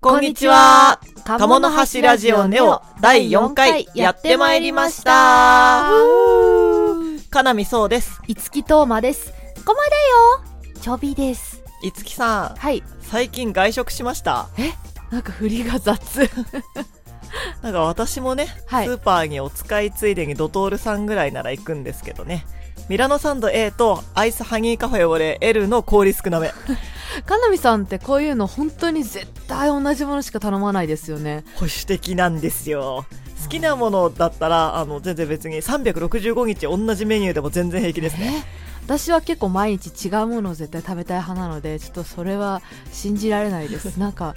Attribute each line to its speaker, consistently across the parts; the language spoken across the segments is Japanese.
Speaker 1: こんにちは。鴨の橋ラジオネオ第4回やってまいりました。かなみそうです。
Speaker 2: いつきとうまです。こまだよ。ちょびです。
Speaker 1: いつきさん、
Speaker 2: はい。
Speaker 1: 最近外食しました。
Speaker 2: なんか振りが雑。
Speaker 1: なんか私もね、
Speaker 2: はい
Speaker 1: スーパーにお使いついでにドトールさんぐらいなら行くんですけどね。ミラノサンド A とアイスハニーカフェオレ L の氷少なめ。
Speaker 2: かなみさんってこういうの本当に絶対同じものしか頼まないですよね。
Speaker 1: 保守的なんですよ。好きなものだったら、あの、全然別に365日同じメニューでも全然平気 ですね。
Speaker 2: 私は結構毎日違うものを絶対食べたい派なので、ちょっとそれは信じられない です。なんか、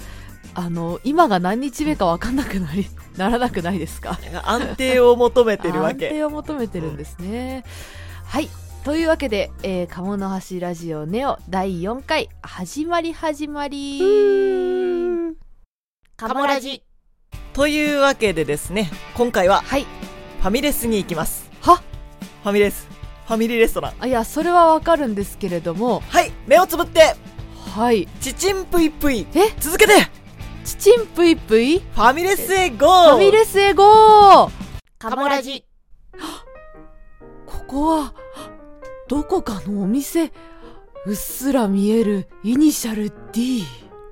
Speaker 2: あの、今が何日目か分かんなくなり、ならなくないですか
Speaker 1: 安定を求めてるわ
Speaker 2: 安
Speaker 1: け。
Speaker 2: 定を求めてるんですね、はいというわけで「えー、鴨の橋ラジオネオ」第4回始まり始まり鴨ラジ
Speaker 1: というわけでですね、今回は
Speaker 2: はい
Speaker 1: ファミレスに行きます。
Speaker 2: は
Speaker 1: ファミレス。ファミリーレストラン。
Speaker 2: あいやそれはわかるんですけれども
Speaker 1: はい、目をつぶって、
Speaker 2: はい
Speaker 1: ちちんぷいぷい。
Speaker 2: え
Speaker 1: 続けて、
Speaker 2: ちちんぷいぷいフ
Speaker 1: ファミレスへゴー
Speaker 2: ァミレスへゴー鴨
Speaker 1: ラジ。
Speaker 2: ここはどこかのお店うっすら見えるイニシャル D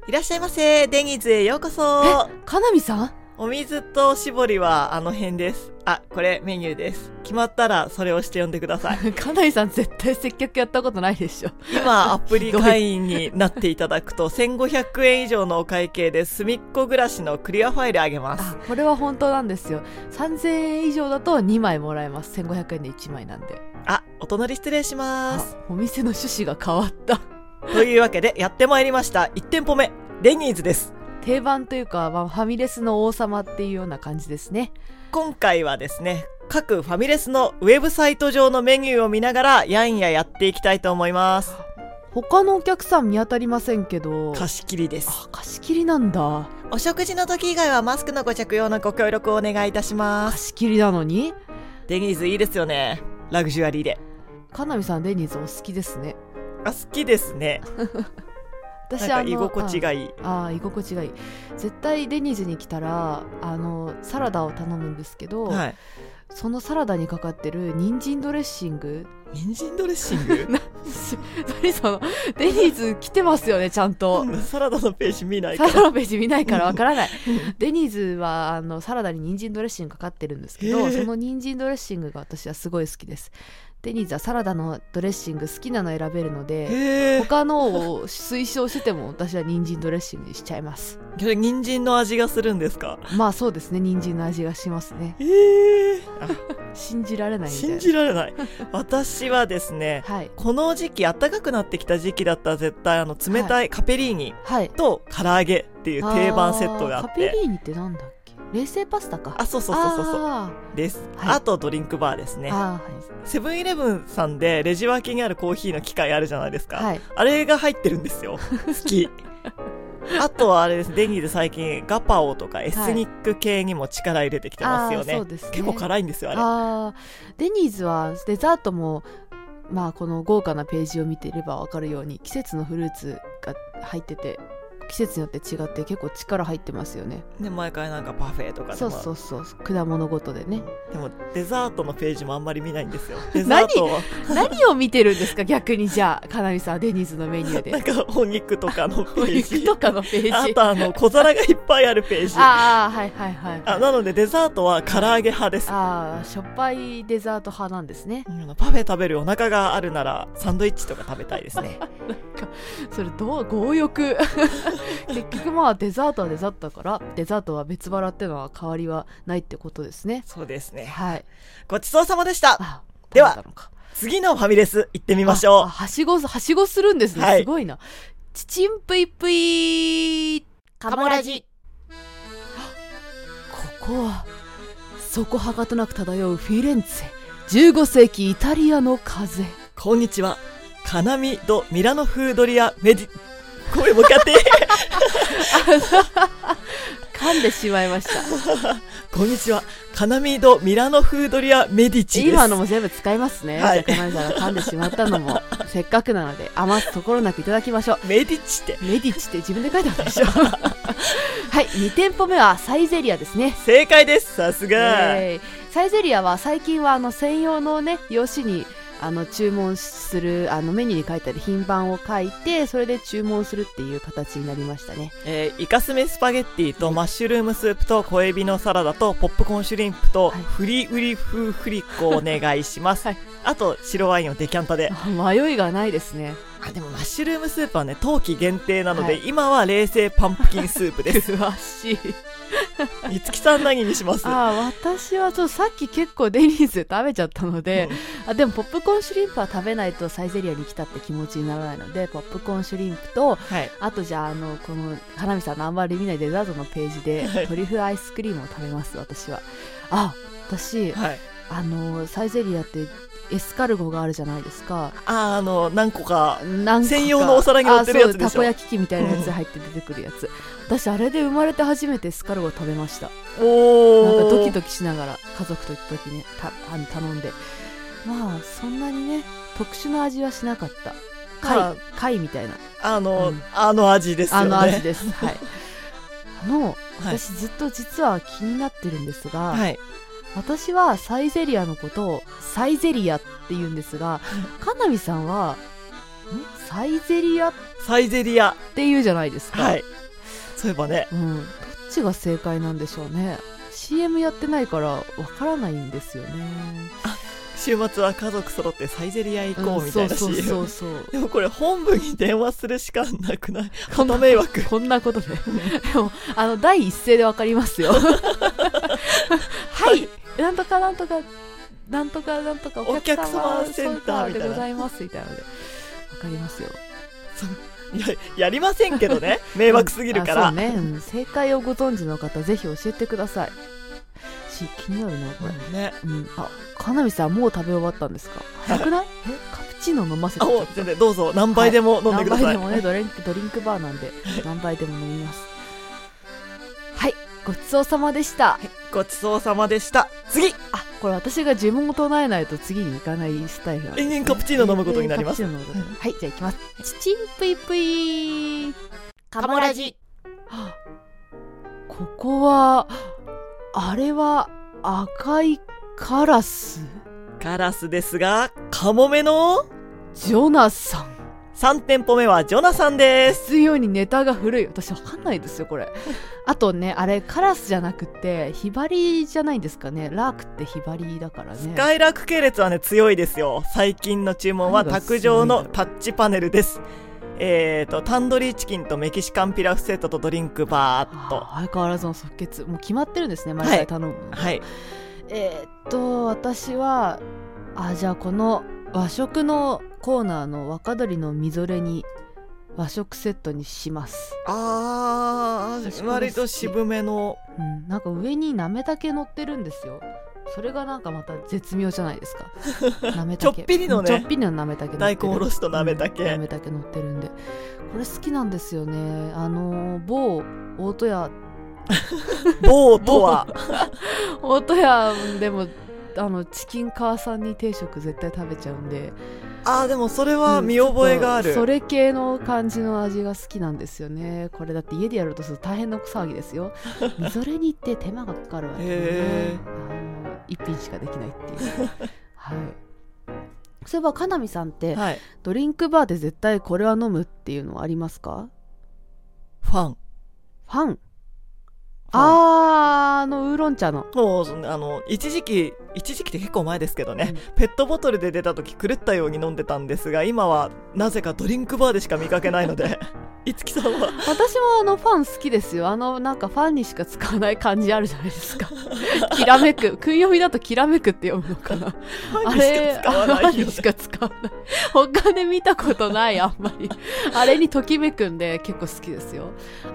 Speaker 1: いらっしゃいませ、デニーズへようこそ。
Speaker 2: かなみさん
Speaker 1: お水と絞りはあの辺です。あ、これメニューです。決まったらそれをして呼んでくださ い。
Speaker 2: かなみさん絶対接客やったことないでしょ
Speaker 1: 今、アプリ会員になっていただくと、1500円以上のお会計で、隅っこ暮らしのクリアファイルあげます。
Speaker 2: あこれは本当なんですよ3000円以上だと2枚もらえます1500円で1枚なんで
Speaker 1: あ、お隣失礼します。
Speaker 2: あお店の趣旨が変わった
Speaker 1: というわけで、やってまいりました。1店舗目、デニーズです。
Speaker 2: 定番というか、まあ、ファミレスの王様っていうような感じですね
Speaker 1: 今回はですね、各ファミレスのウェブサイト上のメニューを見ながら、やんややっていきたいと思います。
Speaker 2: 他のお客さん見当たりませんけど
Speaker 1: 貸し切りです。
Speaker 2: あ貸し切りなんだ
Speaker 1: お食事の時以外はマスクのご着用のご協力をお願いいたします。
Speaker 2: 貸し切りなのに
Speaker 1: デニーズいいですよね。ラグジュアリーで。
Speaker 2: かなみさんデニーズお好きですね
Speaker 1: あ、好きですね。なん
Speaker 2: 私
Speaker 1: か居心地
Speaker 2: いい
Speaker 1: がいい。
Speaker 2: ああ居心地がいい絶対デニーズに来たらあのサラダを頼むんですけど、
Speaker 1: はい。
Speaker 2: そのサラダにかかってる人参ドレッシング
Speaker 1: 人参ドレッシン グ
Speaker 2: す 何そのデニーズ来てますよねちゃんと
Speaker 1: サラダのページ見ない
Speaker 2: サ
Speaker 1: か
Speaker 2: ラ
Speaker 1: ら
Speaker 2: ダのページ見ないからわからないデニーズはあのサラダに人参ドレッシングかかってるんですけ
Speaker 1: へ
Speaker 2: ど
Speaker 1: え
Speaker 2: その人参ドレッシングが私はすごい好きですデニーズはサラダのドレッシング好きなの選べるので
Speaker 1: へえ
Speaker 2: 他のを推奨してても私は人参ドレッシングにしちゃいます
Speaker 1: 人参の味がするんですか
Speaker 2: まあそうですね人参の味がしますね
Speaker 1: ええ
Speaker 2: 信じられないみたい
Speaker 1: 信
Speaker 2: な
Speaker 1: じられない 私はですね
Speaker 2: はい
Speaker 1: この時期暖かくなってきた時期だったら絶対あの冷たいカペリーニ
Speaker 2: はい
Speaker 1: と唐揚げっていう定番セットがあ
Speaker 2: ー
Speaker 1: っ
Speaker 2: カペ
Speaker 1: て
Speaker 2: リーニってなんだっけ冷製パスタか
Speaker 1: あそうそうそうそうそう
Speaker 2: あ
Speaker 1: です、
Speaker 2: はい
Speaker 1: あとドリンクバーです
Speaker 2: ー
Speaker 1: ね
Speaker 2: あ
Speaker 1: セブンイレブンさんでレジ脇にあるコーヒーの機械あるじゃないです
Speaker 2: ー
Speaker 1: か、
Speaker 2: はい、はい、
Speaker 1: あれが入ってるんです よ。好き。あとはあれです。デニーで最近ガパオとかエスニック系にも力入れてきてますよね。
Speaker 2: あーそうですね
Speaker 1: 結構辛いんですよ、あれ。
Speaker 2: あーデニーズはデザートもまあこの豪華なページを見ていればわかるように季節のフルーツが入ってて季節によって違って結構力入ってますよね
Speaker 1: で、毎回なんかパフェとかで
Speaker 2: そ
Speaker 1: も。
Speaker 2: うそうそう果物ごとでね
Speaker 1: でもデザートのページもあんまり見ないんです よ。デザートは
Speaker 2: 何を見てるんですか逆にじゃあかなみさんはデニーズのメニュー
Speaker 1: なん
Speaker 2: で
Speaker 1: かお肉とかのペ
Speaker 2: お
Speaker 1: ー
Speaker 2: 肉
Speaker 1: ジ。
Speaker 2: とかのペー
Speaker 1: あ
Speaker 2: ジ
Speaker 1: とあの小皿がいっぱいあるページ。あ
Speaker 2: ああはいはいはい
Speaker 1: なのでデザートは唐揚げ派です。
Speaker 2: ああしょっぱいデザート派なんですね
Speaker 1: うんパフェ食べるお腹があるならサンドイッチとか食べたいです ね。
Speaker 2: それどう強欲 結局まあデザートはデザートだからデザートは別腹ってのは変わりはないってことですね
Speaker 1: そうですね。
Speaker 2: はい
Speaker 1: ごちそうさまでした。
Speaker 2: あ
Speaker 1: では
Speaker 2: 食べたのか
Speaker 1: 次のファミレス行ってみまし
Speaker 2: あ
Speaker 1: ょ
Speaker 2: あはしごはしごするんですね、
Speaker 1: はい
Speaker 2: すごいなちちんぷいぷいカ
Speaker 1: モラジ
Speaker 2: ここはそこはかとなく漂うフィレンツェ15世紀イタリアの風
Speaker 1: う。こんにちは。カナミドミラノフードリアメディ、声も かって。
Speaker 2: 噛んでしまいました
Speaker 1: こんにちは。カナミドミラノフードリアメディチです。
Speaker 2: 今のも全部使いますね、
Speaker 1: はい
Speaker 2: じゃあかなみさんが噛んでしまったのもせっかくなので余すところなくいただきましょう
Speaker 1: メディチって。
Speaker 2: メディッチって自分で書いたんでしょ はい2店舗目はサイゼリアですね
Speaker 1: 正解ですさすが、
Speaker 2: えーサイゼリアは最近はあの専用のね用紙にあの注文するあのメニューに書いてある品番を書いてそれで注文するっていう形になりましたね
Speaker 1: えーイカスミスパゲッティとマッシュルームスープと小エビのサラダとポップコーンシュリンプと
Speaker 2: はい
Speaker 1: フリウリ風フリッコお願いします、
Speaker 2: はい
Speaker 1: あと白ワインをデキャンタで
Speaker 2: あ迷いがないです ね
Speaker 1: あでもマッシュルームスープはね冬季限定なので、
Speaker 2: はい
Speaker 1: 今は冷製パンプキンスープ です
Speaker 2: 詳しい
Speaker 1: いつきさん何にします
Speaker 2: あー私はちょっとさっき結構デニーズ食べちゃったので、あでもポップコーンシュリンプは食べないとサイゼリアに来たって気持ちにならないのでポップコーンシュリンプと
Speaker 1: はい
Speaker 2: あとじゃああのこの花見さんのあんまり見ないデザートのページで
Speaker 1: はい
Speaker 2: トリュフアイスクリームを食べます私はあ私
Speaker 1: はい
Speaker 2: あのサイゼリアってエスカルゴがあるじゃないですか
Speaker 1: あーあの何個か
Speaker 2: 何個か
Speaker 1: 専用のお皿に乗ってるやつでしょ
Speaker 2: あそうたこ焼き器みたいなやつ入って出てくるやつ私あれで生まれて初めてエスカルゴ食べました
Speaker 1: お
Speaker 2: なんかドキ
Speaker 1: キ
Speaker 2: ドキしながら家族と行った時ねたあの頼んでまあそんなにね特殊な味はしなかった
Speaker 1: あ
Speaker 2: 貝貝みたいな
Speaker 1: あの、
Speaker 2: うん
Speaker 1: あの味ですよ
Speaker 2: あ
Speaker 1: ね
Speaker 2: の味です、はいあの
Speaker 1: はい
Speaker 2: 私ずっと実は気になってるんですが、
Speaker 1: はい
Speaker 2: 私はサイゼリアのことをサイゼリアって言うんですがかなみさんはんサイゼリアっ
Speaker 1: サイゼリア
Speaker 2: て言うじゃないですか、
Speaker 1: はいそういえばね
Speaker 2: うん、どっちが正解なんでしょうね CM やってないからわからないんですよね
Speaker 1: 週末は家族揃ってサイゼリア行こうみたいな CM、
Speaker 2: うんそうそうそうそう
Speaker 1: でもこれ本部に電話するしかなく ない肌迷惑
Speaker 2: こんなことで でもあの第一声でわかりま すよはいなんとかなんとかなんとかなんとかお客様
Speaker 1: お客様センターみたいな
Speaker 2: でございますみたいなのでわかりますよ
Speaker 1: いややりませんけど ね迷惑すぎるから、
Speaker 2: うんあそうね、うん正解をご存知の方ぜひ教えてくださいし気になるなこれ、
Speaker 1: うんね
Speaker 2: うん、あかなみさんもう食べ終わったんですか早くないえカプチーノ飲ませて
Speaker 1: あ
Speaker 2: ちょ
Speaker 1: も
Speaker 2: っ
Speaker 1: う
Speaker 2: と
Speaker 1: 全然どうぞ何杯でも飲んでください、
Speaker 2: 何杯でもねドリンクドリンクバーなんで何杯でも飲みますはいごちそうさまでした
Speaker 1: ごちそうさまでした次
Speaker 2: あこれ私が呪文を唱えないと次に行かないスタイルなんです、ね、
Speaker 1: 延々カプチーノ飲むことになります
Speaker 2: 延々カプチーノ飲むことにはいじゃあ行きますチチンプイプイ
Speaker 1: カモラジ
Speaker 2: はあここはあれは赤いカラス
Speaker 1: カラスですがカモメの
Speaker 2: ジョナサン
Speaker 1: 3店舗目はジョナさんです
Speaker 2: 水曜にネタが古い私わかんないですよ これあとねあれカラスじゃなくてヒバリじゃないんですかねラークってヒバリだから
Speaker 1: ス
Speaker 2: ね
Speaker 1: カイラーク系列はね強いですよ最近の注文は
Speaker 2: 何がすごい
Speaker 1: 卓上
Speaker 2: んだろう
Speaker 1: のタッチパネルですえーとタンドリーチキンとメキシカンピラフセットとドリンクバーっと
Speaker 2: あー相変わらずの即決もう決まってるんですね毎
Speaker 1: は
Speaker 2: 回
Speaker 1: い
Speaker 2: 頼むの、
Speaker 1: はい
Speaker 2: えーっと私はあじゃあこの和食のコーナーの若鶏のみぞれに和食セットにします、
Speaker 1: あ
Speaker 2: ー
Speaker 1: 割と渋めの
Speaker 2: うん、なんか上になめたけ乗ってるんですよそれがなんかまた絶妙じゃないです かなめたけ
Speaker 1: ちょっぴりのね
Speaker 2: ちょっぴりのなめたけ乗っ
Speaker 1: 大
Speaker 2: てる
Speaker 1: 根おろしとなめたけ、
Speaker 2: うんなめたけ乗ってるんでこれ好きなんですよねあのー某大戸屋
Speaker 1: 棒とは
Speaker 2: 大戸屋でもあのチキン母さんに定食絶対食べちゃうんで
Speaker 1: あーでもそれは見覚えがあ
Speaker 2: うん
Speaker 1: る、
Speaker 2: ちょっとそれ系の感じの味が好きなんですよねこれだって家でやるとすると大変な騒ぎで すよみぞれに行って手間がかかるわけでね
Speaker 1: へ
Speaker 2: あの一品しかできないっていうはいそういえばかなみさんって
Speaker 1: はい
Speaker 2: ドリンクバーで絶対これは飲むっていうのはありますか
Speaker 1: ファン
Speaker 2: ファンあーあのウーロン茶の
Speaker 1: もうそのあの一時期一時期って結構前ですけどね、
Speaker 2: うん
Speaker 1: ペットボトルで出た時狂ったように飲んでたんですが今はなぜかドリンクバーでしか見かけないの でいつきさんは
Speaker 2: 私もあのファン好きですよあのなんかファンにしか使わない感じあるじゃないですか きらめく訓読みだときらめくって読むのかな
Speaker 1: ファ
Speaker 2: あ
Speaker 1: ンにし
Speaker 2: れ
Speaker 1: か使わない
Speaker 2: ファン
Speaker 1: よ
Speaker 2: に
Speaker 1: ね
Speaker 2: しか使わない他で見たことないあんまりあれにときめくんで結構好きですよ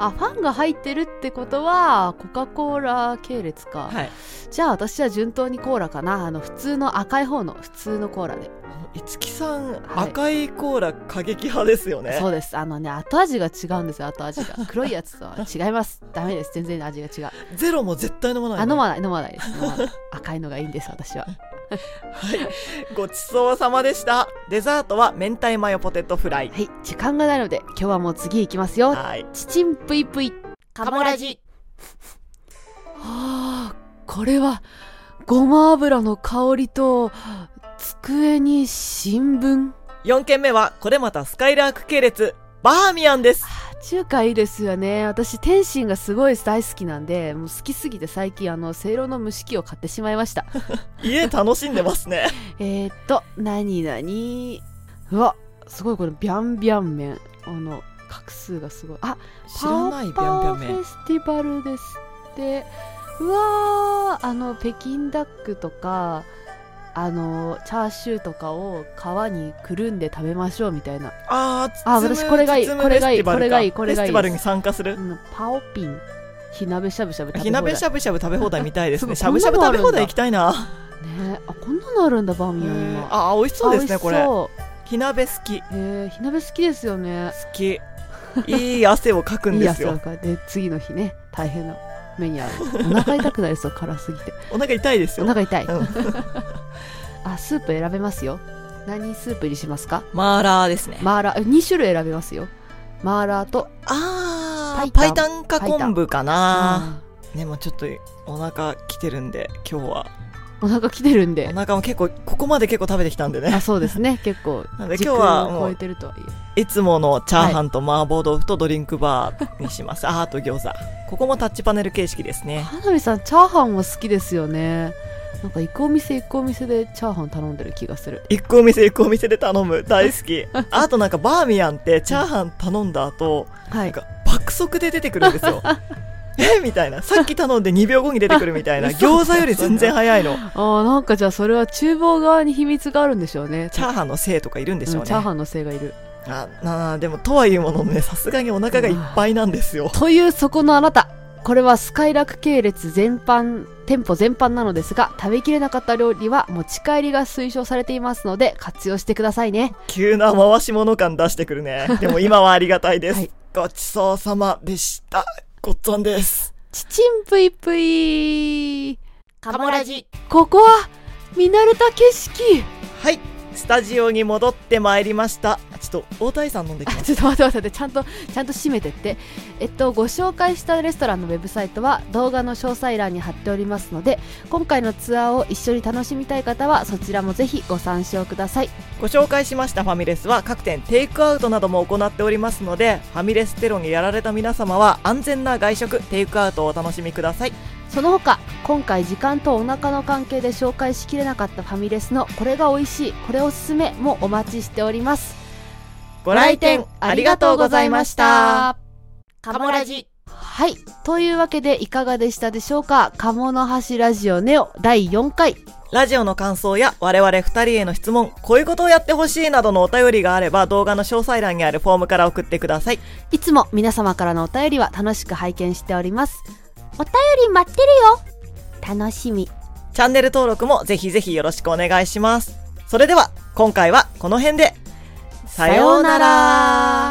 Speaker 2: あファンが入ってるってことはコカ・コーラ系列か、
Speaker 1: はい
Speaker 2: じゃあ私は順当にコーラかなあの普通の赤い方の普通のコーラで
Speaker 1: いつきさん、
Speaker 2: はい
Speaker 1: 赤いコーラ過激派ですよね
Speaker 2: そうですあのね後味が違うんですよ後 味が黒いやつとは違いますダメです全然味が違う
Speaker 1: ゼロも絶対飲まない
Speaker 2: あ飲
Speaker 1: ね
Speaker 2: まない飲 まないです飲まない赤いのがいいんです私は
Speaker 1: はい、ごちそうさまでしたデザートは明太マヨポテトフライ
Speaker 2: はい時間がないので今日はもう次行きますよ
Speaker 1: はい
Speaker 2: チチンプイプイ
Speaker 1: カモラジ
Speaker 2: ああこれはごま油の香りと机に新聞
Speaker 1: 4軒目はこれまたスカイラーク系列バーミヤンです
Speaker 2: 中華いいですよね私天津がすごい大好きなんでもう好きすぎて最近あのせいろの蒸し器を買ってしまいました
Speaker 1: 家楽しんでますね
Speaker 2: えーっと何何うわすごいこれビャンビャン麺あの画数がすごいあ
Speaker 1: 知
Speaker 2: パ
Speaker 1: ら
Speaker 2: オ
Speaker 1: ないビ
Speaker 2: パ
Speaker 1: ャンビャン
Speaker 2: オフ
Speaker 1: 麺
Speaker 2: ェスティバルですってうわーあの北京ダックとかあのチャーシューとかを皮にくるんで食べましょうみたいな、
Speaker 1: あー
Speaker 2: あ私これがいい
Speaker 1: 包む
Speaker 2: これがいい
Speaker 1: フェスティバルか
Speaker 2: これがいいこれがい
Speaker 1: フェスティ
Speaker 2: い
Speaker 1: バルに参加する
Speaker 2: うんパオピン火鍋しゃぶしゃぶ食べ
Speaker 1: 火鍋し
Speaker 2: ゃ
Speaker 1: ゃぶしゃぶ食べ放題みたいですねし
Speaker 2: そ
Speaker 1: ゃ
Speaker 2: うこ
Speaker 1: ぶ
Speaker 2: ん
Speaker 1: し
Speaker 2: な
Speaker 1: ゃぶ
Speaker 2: のあ
Speaker 1: 食
Speaker 2: る
Speaker 1: べ
Speaker 2: んだ
Speaker 1: 放題行きたいな
Speaker 2: ぶねあこんなのあるんだバーミヤン今
Speaker 1: あー美味しそうですね
Speaker 2: あ
Speaker 1: こ
Speaker 2: 美味
Speaker 1: れ
Speaker 2: しそ
Speaker 1: 火鍋好き好
Speaker 2: うへえ火鍋好きですよね
Speaker 1: きいい汗をかくん
Speaker 2: いい
Speaker 1: です
Speaker 2: 朝
Speaker 1: よ
Speaker 2: からで次の日ね大変な目に遭うお腹痛くなりそう辛すぎ て
Speaker 1: お腹痛いです
Speaker 2: お
Speaker 1: よ
Speaker 2: 腹痛い、
Speaker 1: うん
Speaker 2: あスープ選べますよ何スープにしますか
Speaker 1: マーラーですね
Speaker 2: マーラー2種類選べますよマーラーと
Speaker 1: あーパ
Speaker 2: パ
Speaker 1: イ
Speaker 2: イ
Speaker 1: タ
Speaker 2: タ
Speaker 1: ンか昆布かな
Speaker 2: あ
Speaker 1: でもちょっとお腹きてるんで今日は
Speaker 2: お腹きてるん
Speaker 1: お
Speaker 2: で
Speaker 1: 腹も結構ここまで結構食べてきたんでね
Speaker 2: あそうです ね結構
Speaker 1: なんで
Speaker 2: 時
Speaker 1: 今日は
Speaker 2: 空
Speaker 1: もう
Speaker 2: を超えてるとはいえ
Speaker 1: いつものチャーハンと麻婆豆腐とドリンクバーにします。あーあと餃子。ここもタッチパネル形式ですね。
Speaker 2: 花見さんチャーハンは好きですよねなんか行くお店行くお店でチャーハン頼んでる気がする
Speaker 1: 一個お店一個お店で頼む。大好き。あとなんかバーミヤンってチャーハン頼んだ後、
Speaker 2: は
Speaker 1: なんか爆速で出てくるんです よ。えみたいな。さっき頼んで2秒後に出てくるみた いな。餃子より全然早いの。
Speaker 2: あーなんかじゃあそれは厨房側に秘密があるんでしょうね
Speaker 1: チャーハンのせいとかいるんでしょう
Speaker 2: うん
Speaker 1: ね。
Speaker 2: チャーハンのせいがいる
Speaker 1: あなあでもとはいうものね、さすがにお腹がいっぱいなんですよ。
Speaker 2: というそこのあなたこれはスカイラック系列全般店舗全般なのですが食べきれなかった料理は持ち帰りが推奨されていますので活用してくださいね
Speaker 1: 急な回し物感出してくる ね。でも今はありがたいです。
Speaker 2: はい
Speaker 1: ごちそうさまでした。ごっつぁんです。
Speaker 2: ちちんぷいぷい
Speaker 1: カモラジ。
Speaker 2: ここは見慣れた景色
Speaker 1: はい。スタジオに戻ってまいりました。あちょっと、大谷さん飲んでき
Speaker 2: あ
Speaker 1: ます。
Speaker 2: ちょっと待って待って待ってちゃんとちゃんと締めてってえっとご紹介したレストランのウェブサイトは動画の詳細欄に貼っておりますので今回のツアーを一緒に楽しみたい方はそちらもぜひご参照ください
Speaker 1: ご紹介しましたファミレスは各店テイクアウトなども行っておりますので、ファミレステロにやられた皆様は安全な外食、テイクアウトをお楽しみください。
Speaker 2: その他今回時間とお腹の関係で紹介しきれなかったファミレスのこれが美味しいこれおすすめもお待ちしております
Speaker 1: ご来店ありがとうございました。カモラジ。
Speaker 2: はいというわけでいかがでしたでしょうか鴨の橋ラジオネオ第4回
Speaker 1: ラジオの感想や我々二人への質問、こういうことをやってほしいなどのお便りがあれば動画の詳細欄にあるフォームから送ってください。
Speaker 2: いつも皆様からのお便りは楽しく拝見しておりますお便り待ってるよ楽しみ
Speaker 1: チャンネル登録もぜひぜひよろしくお願いします。それでは、今回はこの辺で、さようなら